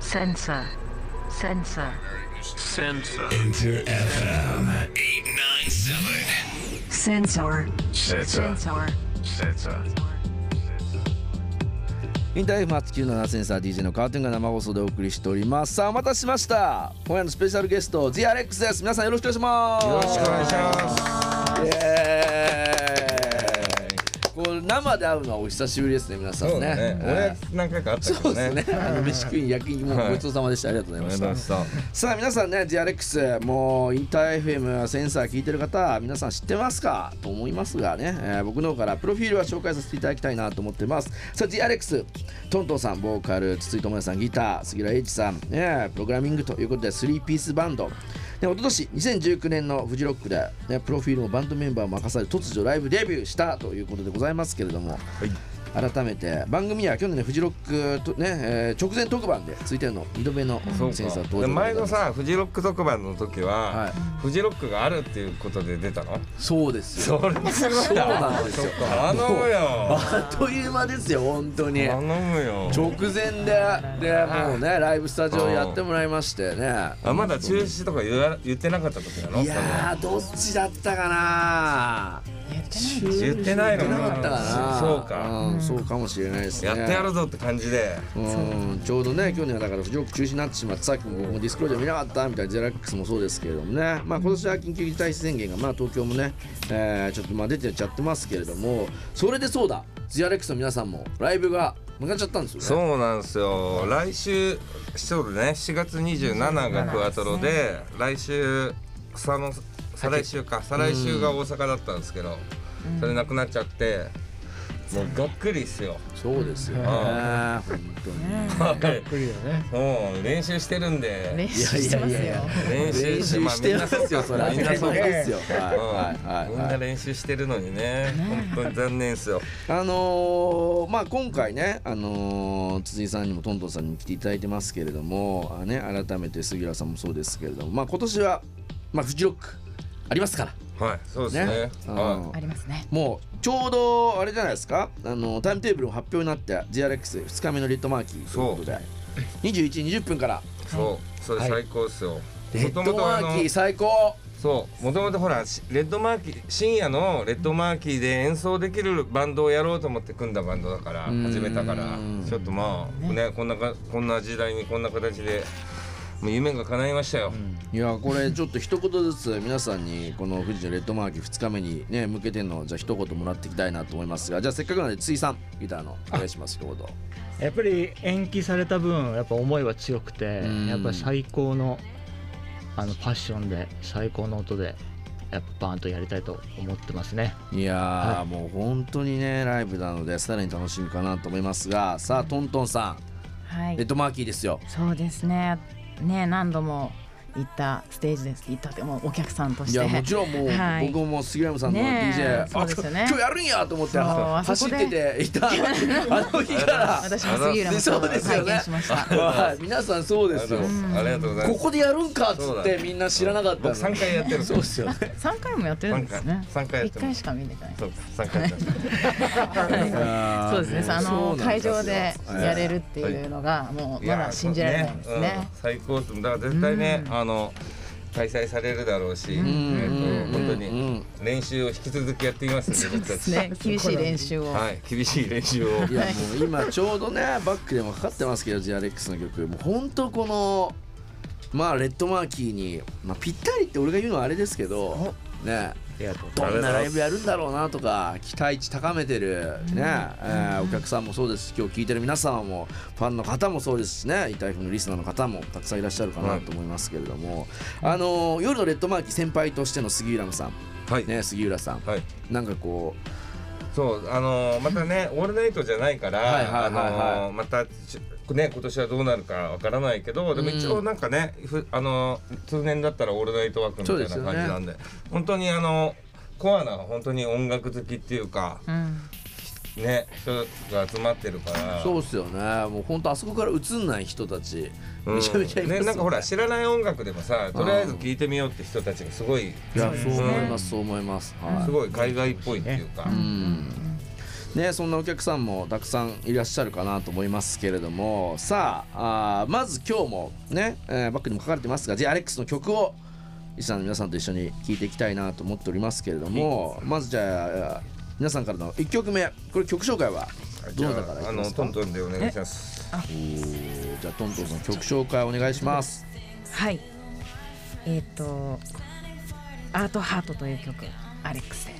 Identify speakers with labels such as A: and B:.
A: Sensor. Sensor.
B: Sensor.
C: Enter FM 897.
A: Sensor.
C: Sensor.
A: Sensor.
C: Sensor.
D: インター F897 センサー DJ のカーテンが生放送でお送りしておりますさあお待たせしました今夜のスペシャルゲスト ZRX です皆さんよろしくお願いしますよろしくお願いしますイエーイこう生で会うのはお久しぶりですね皆さんね
E: そうだね。
D: え
E: 俺何回かあったけ
D: ーそ
E: ど
D: うです
E: ね
D: ね。あの飯食いに焼き肉も
E: はい
D: ごちそうさまでした、ありがとうござ
E: あ
D: いま
E: り
D: し
E: がとうござい
D: た
E: ました。
D: さあ皆さんね DRX もうインター FM センサー聞いてる方皆さん知ってますかと思いますがね、えー僕の方からプロフィールは紹介させていただきたいなと思ってますさあ DRX トントンさんボーカル筒井智也さんギター杉浦英二さん、ね、プログラミングということで3ピースバンドで一昨年2019年のフジロックで、ね、プロフィールもバンドメンバーも明かされ突如ライブデビューしたということでございますけれども、改めて番組には去年のフジロックと、ねえー直前特番でついての2度目の
E: そう
D: センサー
E: か。
D: 登
E: で
D: 場
E: 前
D: でございま
E: のさ
D: す
E: フジロック特番の時
D: は
E: はフジロックがあるっていうことで出たの。
D: そうですよ。
E: それもすごい
D: そうなんですよ。
E: 頼むよ。
D: あっという間ですよ、本当に。
E: 頼むよ。
D: 直前で、で、もうね、ライブスタジオやってもらいましてね。
E: あまだ中止とか言わ言ってなかった時なの。
D: いやー、どっちだったかな。
E: 言ってないの
D: 言ってなかったかな。
E: そうか。
D: うん。そうかもしれないですね。
E: やってやるぞって感じで。
D: うんちょうどね去年はだから不条中止になってしまってさっきも僕もディスクロージャー見なかったみたいなゼラックスもそうですけれどもねまあ今年は緊急事態宣言がまあ東京もね、えーちょっとまあ出てっちゃってますけれどもそれでそうだゼラックスの皆さんもライブが向かっちゃったんですよねう
E: そうなんですよ来週そうだね7月27がクアトロで来週さの再来週か再来週が大阪だったんですけどそれなくなっちゃってもうがっくりっすよ
D: そうですよね
E: あ
D: 本当に
E: はい
F: 来るよね。
E: もう練習してるんで
G: 練習してますよ。
E: 練
D: 練習
E: まあ
D: して
E: みんな
D: ますよそれは
E: みんなそう
D: そう
E: か
D: ですよは
E: う
D: い
E: ん
D: はい
E: み
D: はい
E: ん
D: は
E: ない練習してるのにね本当に残念っすよ
D: あのーまあ今回ね、あのー辻井さんにもトントンさんにも来ていただいてますけれども、あね、改めて杉浦さんもそうですけれども、まあ今年は、まあ、フジロックありますから、
E: はいそうですね
D: うん
E: は
G: ありますね。
D: もうちょうどあれじゃないですか、あのータイムテーブルも発表になって、GRX2 日目のレッドマーキーということで、21時20分から、
E: いそうそれ最高っすよ
D: レッ
E: 元
D: ド
E: 々
D: マ
E: あの
D: ーキー最高
E: そうもともとほらしレッドマーキー深夜のレッドマーキーで演奏できるバンドをやろうと思って組んだバンドだから
D: うん
E: 始めたからちょっとまあねこんなかこんな時代にこんな形でもう夢が叶いましたよ、
D: いやこれちょっと一言ずつ皆さんにこの富士のレッドマーキー2日目にね向けてのじゃあ一言もらっていきたいなと思いますがじゃあせっかくなんでついさんギターのお願いします一言
F: やっぱり延期された分やっぱ思いは強くて
D: うん
F: やっぱ最高のあのパッションで最高の音でやっぱバーンとやりたいと思ってますね
D: いやー、
F: はい
D: もう本当にねライブなのでさらに楽しみかなと思いますがさあトントンさ
G: は
D: んレッ
G: い。
D: ドマーキーですよ
G: そうですね。ね何度も行ったステージです。行ったでもお客さんとし
D: い
G: て。
D: やもちろんもう、
G: はい
D: 僕も杉山さんの DJ、
G: ねえ
D: あ
G: そうですよね
D: 今日やるんやと思って
G: そうあそ
D: 走っ
G: こで
D: てていたあの日から
G: 私も杉浦さん
D: そう
G: を
D: ですよ
G: 拝
D: ね
G: 見しました。
D: はい皆さんそうですよ
E: ありがとうござい
D: こ
E: ます
D: こでやるんかっつ
E: そ
D: っ
E: う
D: て
E: だ
D: みんな知らなかったの
E: 僕3回やってる
D: そうですよね
G: 三回もやってるんですね。
E: 三回三回やって
G: 一
E: ます
G: 回しか見れてない。
E: そうか3回やって
G: そ
E: る
G: うですね。さあ
D: そ
G: の
D: うなん
G: 会
D: すよ
G: 場でやれるっていうのがもう
E: い
G: ま
E: や
G: だ信じられないです
E: そう
G: ね
E: うん。最高っすだから絶対ね、あの開催されるだろうし、えっと本当に練習を引き続きやっていますんで僕たち、
G: ね厳しい練習を。
E: はい厳しい練習を
D: いやもう今ちょうどねバックでもかかってますけど GRX の曲もうほんとこのまあレッドマーキーに、まあ、ぴったりって俺が言うのはあれですけどね
F: ありがとう
D: どんなライブやるんだろうなとか期待値高めてるね、えーお客さんもそうですし今日聞いてる皆様もファンの方もそうですしねイタイフのリスナーの方もたくさんいらっしゃるかなと思いますけれども、あのー夜のレッドマーキー先輩としての杉浦さん、
E: はい、
D: ね、杉浦さん、
E: はい
D: なんかこ
E: そうあのーまたねオールナイトじゃないから、
D: は
E: あ
D: いはいはいはい
E: のーまたちね今年はどうなるかわからないけどでも一応なんかね、ふあのー通年だったらオールナイトワークみたいな
D: そう
E: 感
D: ですよね
E: じなんで本当にあのコアな本当に音楽好きっていうか
G: うん。
E: ね人が集まってるから
D: うそうっすよねもうほんとあそこから映んない人たち、
E: うん
D: めちゃめちゃいますよ
E: ねなんかほら知らない音楽でもさとりあえず聴いてみようって人たちがすごい
D: いやそう思いますそう思います、はい
E: すごい海外っぽいっていうか、
D: うんね、そんなお客さんもたくさんいらっしゃるかなと思いますけれどもさああーまず今日もね、えーバックにも書かれてますが j アレックスの曲をリスナーの皆さんと一緒に聴いていきたいなと思っておりますけれどもまずじゃあ皆さんからの1曲目これ曲紹介は
E: じ
D: ど
E: ゃ
D: なたからい
E: ああ
D: きま
E: の
D: す
E: ト
D: か
E: ントンでお願いします
D: おーじゃあトントンさん曲紹介お願いします
G: はいえっ、と「アートハート」という曲アレックスで